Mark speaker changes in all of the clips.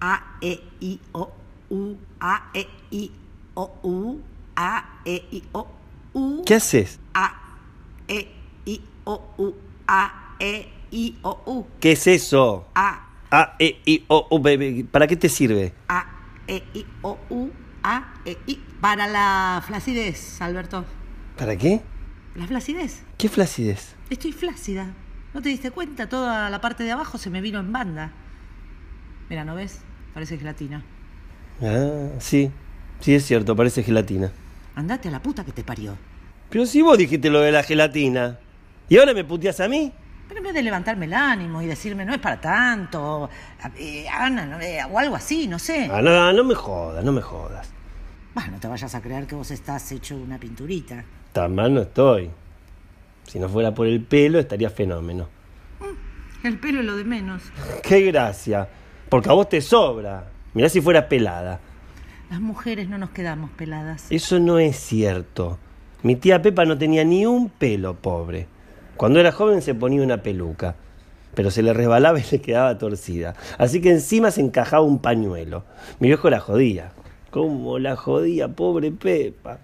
Speaker 1: A, E, I, O, U, A, E, I, O, U, A, E, I, O, U.
Speaker 2: ¿Qué haces?
Speaker 1: A, E, I, O, U, A, E, I, O, U.
Speaker 2: ¿Qué es eso?
Speaker 1: A,
Speaker 2: A, E, I, O, U, baby. ¿Para qué te sirve?
Speaker 1: A, E, I, O, U, A, E, I. Para la flacidez, Alberto.
Speaker 2: ¿Para qué?
Speaker 1: La flacidez.
Speaker 2: ¿Qué flacidez?
Speaker 1: Estoy flácida. ¿No te diste cuenta? Toda la parte de abajo se me vino en banda. Mira, ¿no ves? Parece gelatina.
Speaker 2: Ah, sí. Sí, es cierto, parece gelatina.
Speaker 1: Andate a la puta que te parió.
Speaker 2: Pero si vos dijiste lo de la gelatina. ¿Y ahora me puteas a mí?
Speaker 1: Pero en vez de levantarme el ánimo y decirme no es para tanto, eh, Ana, no, eh, o algo así, no sé.
Speaker 2: Ah, no, no me jodas, no me jodas.
Speaker 1: Bah, no te vayas a creer que vos estás hecho una pinturita.
Speaker 2: Tan mal no estoy. Si no fuera por el pelo, estaría fenómeno.
Speaker 1: El pelo es lo de menos.
Speaker 2: ¡Qué gracia! Porque a vos te sobra. Mirá si fuera pelada.
Speaker 1: Las mujeres no nos quedamos peladas.
Speaker 2: Eso no es cierto. Mi tía Pepa no tenía ni un pelo, pobre. Cuando era joven se ponía una peluca, pero se le resbalaba y le quedaba torcida. Así que encima se encajaba un pañuelo. Mi viejo la jodía. ¿Cómo la jodía, pobre Pepa?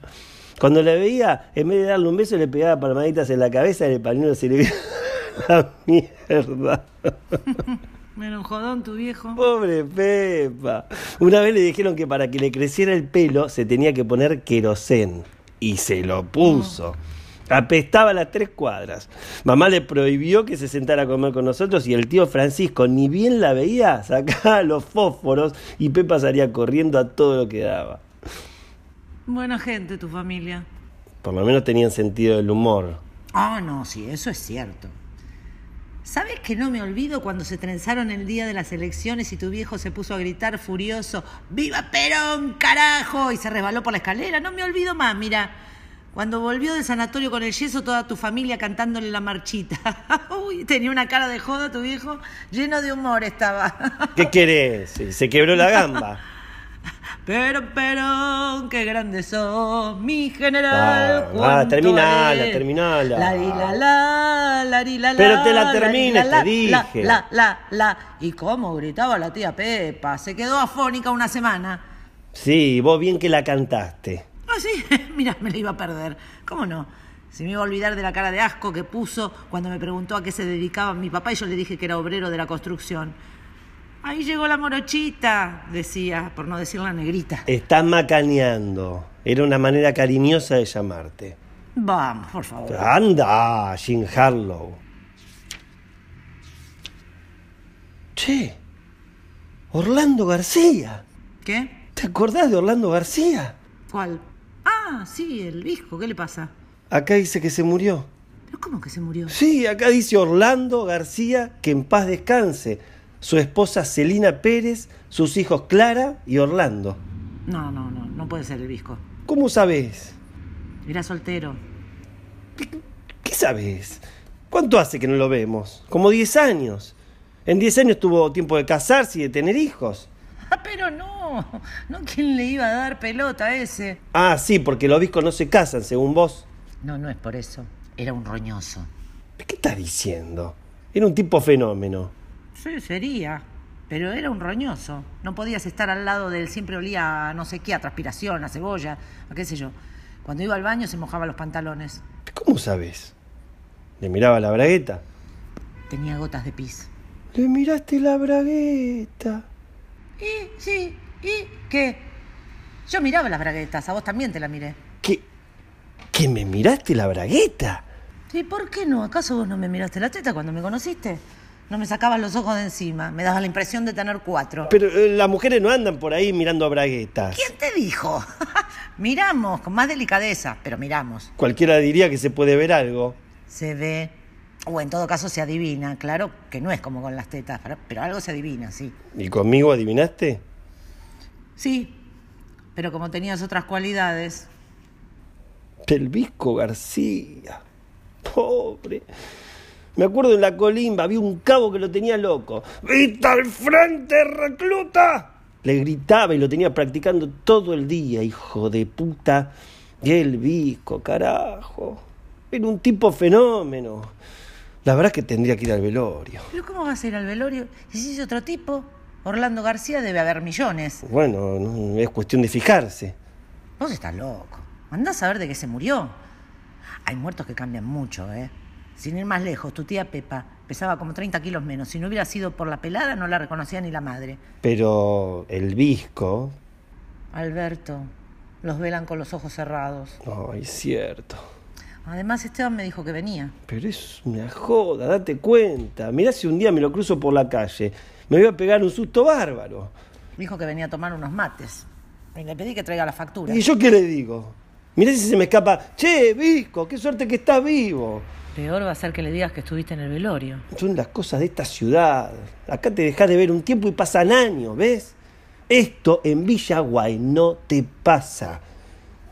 Speaker 2: Cuando la veía, en vez de darle un beso, le pegaba palmaditas en la cabeza y el pañuelo se le veía la mierda.
Speaker 1: Menos un jodón tu viejo.
Speaker 2: Pobre Pepa. Una vez le dijeron que para que le creciera el pelo se tenía que poner querosén. Y se lo puso. Apestaba a las tres cuadras. Mamá le prohibió que se sentara a comer con nosotros y el tío Francisco, ni bien la veía, sacaba los fósforos y Pepa salía corriendo a todo lo que daba.
Speaker 1: Buena gente tu familia.
Speaker 2: Por lo menos tenían sentido del humor.
Speaker 1: Ah, no, sí, eso es cierto. ¿Sabes que no me olvido cuando se trenzaron el día de las elecciones y tu viejo se puso a gritar furioso, ¡Viva Perón, carajo! y se resbaló por la escalera? No me olvido más, mira. Cuando volvió del sanatorio con el yeso, toda tu familia cantándole la marchita. Uy, tenía una cara de joda tu viejo, lleno de humor estaba.
Speaker 2: ¿Qué querés? Se- Se quebró la gamba.
Speaker 1: Pero, Perón, qué grande sos, mi general.
Speaker 2: Ah,
Speaker 1: cuánto
Speaker 2: ah, terminala,
Speaker 1: vales.
Speaker 2: terminala.
Speaker 1: La, di, la, la, la, di, la, la,
Speaker 2: Pero te la
Speaker 1: la, di,
Speaker 2: termines,
Speaker 1: la,
Speaker 2: te
Speaker 1: la,
Speaker 2: dije.
Speaker 1: La, la, la. Y cómo gritaba la tía Pepa, se quedó afónica una semana.
Speaker 2: Sí, vos bien que la cantaste.
Speaker 1: Ah, sí, mira, me la iba a perder. ¿Cómo no? Se me iba a olvidar de la cara de asco que puso cuando me preguntó a qué se dedicaba mi papá y yo le dije que era obrero de la construcción. Ahí llegó la morochita, decía, por no decir la negrita.
Speaker 2: Estás macaneando. Era una manera cariñosa de llamarte.
Speaker 1: Vamos, por favor.
Speaker 2: Anda, Jim Harlow. Che, Orlando García.
Speaker 1: ¿Qué?
Speaker 2: ¿Te acordás de Orlando García?
Speaker 1: ¿Cuál? Ah, sí, el hijo, ¿qué le pasa?
Speaker 2: Acá dice que se murió.
Speaker 1: ¿Pero cómo que se murió?
Speaker 2: Sí, acá dice Orlando García que en paz descanse. Su esposa Celina Pérez, sus hijos Clara y Orlando.
Speaker 1: No, no, no, no puede ser el visco.
Speaker 2: ¿Cómo sabes?
Speaker 1: Era soltero.
Speaker 2: ¿Qué sabes? ¿Cuánto hace que no lo vemos? Como 10 años. En 10 años tuvo tiempo de casarse y de tener hijos.
Speaker 1: Ah, pero no, no, ¿quién le iba a dar pelota a ese?
Speaker 2: Ah, sí, porque los discos no se casan, según vos.
Speaker 1: No, no es por eso. Era un roñoso.
Speaker 2: ¿Qué estás diciendo? Era un tipo fenómeno.
Speaker 1: Sí, sería. Pero era un roñoso. No podías estar al lado de él. Siempre olía a no sé qué, a transpiración, a cebolla, a qué sé yo. Cuando iba al baño se mojaba los pantalones.
Speaker 2: ¿Cómo sabes? Le miraba la bragueta.
Speaker 1: Tenía gotas de pis.
Speaker 2: Le miraste la bragueta.
Speaker 1: Y, sí, y, ¿qué? Yo miraba las braguetas, a vos también te la miré.
Speaker 2: ¿Qué? ¿Que me miraste la bragueta?
Speaker 1: ¿Y por qué no? ¿Acaso vos no me miraste la teta cuando me conociste? No me sacabas los ojos de encima, me dabas la impresión de tener cuatro.
Speaker 2: Pero eh, las mujeres no andan por ahí mirando a braguetas.
Speaker 1: ¿Quién te dijo? miramos, con más delicadeza, pero miramos.
Speaker 2: Cualquiera diría que se puede ver algo.
Speaker 1: Se ve, o en todo caso se adivina, claro que no es como con las tetas, pero- pero algo se adivina, sí.
Speaker 2: ¿Y conmigo adivinaste?
Speaker 1: Sí, pero como tenías otras cualidades,
Speaker 2: Pelvisco García. Pobre. Me acuerdo en la colimba, había un cabo que lo tenía loco. ¡Vista al frente, recluta! Le gritaba y lo tenía practicando todo el día, hijo de puta. Y el visco, carajo. Era un tipo fenómeno. La verdad es que tendría que ir al velorio.
Speaker 1: ¿Pero cómo vas a ir al velorio? ¿Y si es otro tipo? Orlando García debe haber millones.
Speaker 2: Bueno, no, es cuestión de fijarse.
Speaker 1: Vos estás loco. Andá a saber de qué se murió. Hay muertos que cambian mucho, ¿eh? Sin ir más lejos, tu tía Pepa pesaba como 30 kilos menos. Si no hubiera sido por la pelada, no la reconocía ni la madre.
Speaker 2: Pero el visco.
Speaker 1: Alberto, los velan con los ojos cerrados.
Speaker 2: Ay, cierto.
Speaker 1: Además, Esteban me dijo que venía.
Speaker 2: Pero es una joda, date cuenta. Mirá si un día me lo cruzo por la calle. Me voy a pegar un susto bárbaro.
Speaker 1: Dijo que venía a tomar unos mates. Y le pedí que traiga la factura.
Speaker 2: ¿Y yo qué le digo? Mirá si se me escapa. Che, Visco, qué suerte que estás vivo.
Speaker 1: Peor va a ser que le digas que estuviste en el velorio.
Speaker 2: Son las cosas de esta ciudad. Acá te dejas de ver un tiempo y pasan años, ¿ves? Esto en Villaguay no te pasa.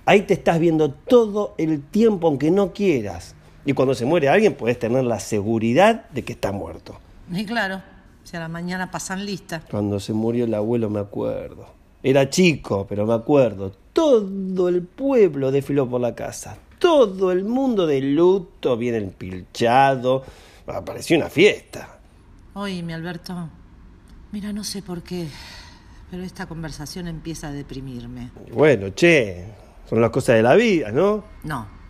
Speaker 2: Ahí te estás viendo todo el tiempo, aunque no quieras. Y cuando se muere alguien, puedes tener la seguridad de que está muerto.
Speaker 1: Y claro, si a la mañana pasan lista.
Speaker 2: Cuando se murió el abuelo, me acuerdo. Era chico, pero me acuerdo. Todo el pueblo desfiló por la casa. Todo el mundo de luto, bien empilchado. Apareció una fiesta.
Speaker 1: Oíme, Alberto. Mira, no sé por qué, pero esta conversación empieza a deprimirme.
Speaker 2: Y Bueno, che, son las cosas de la vida, ¿no?
Speaker 1: No,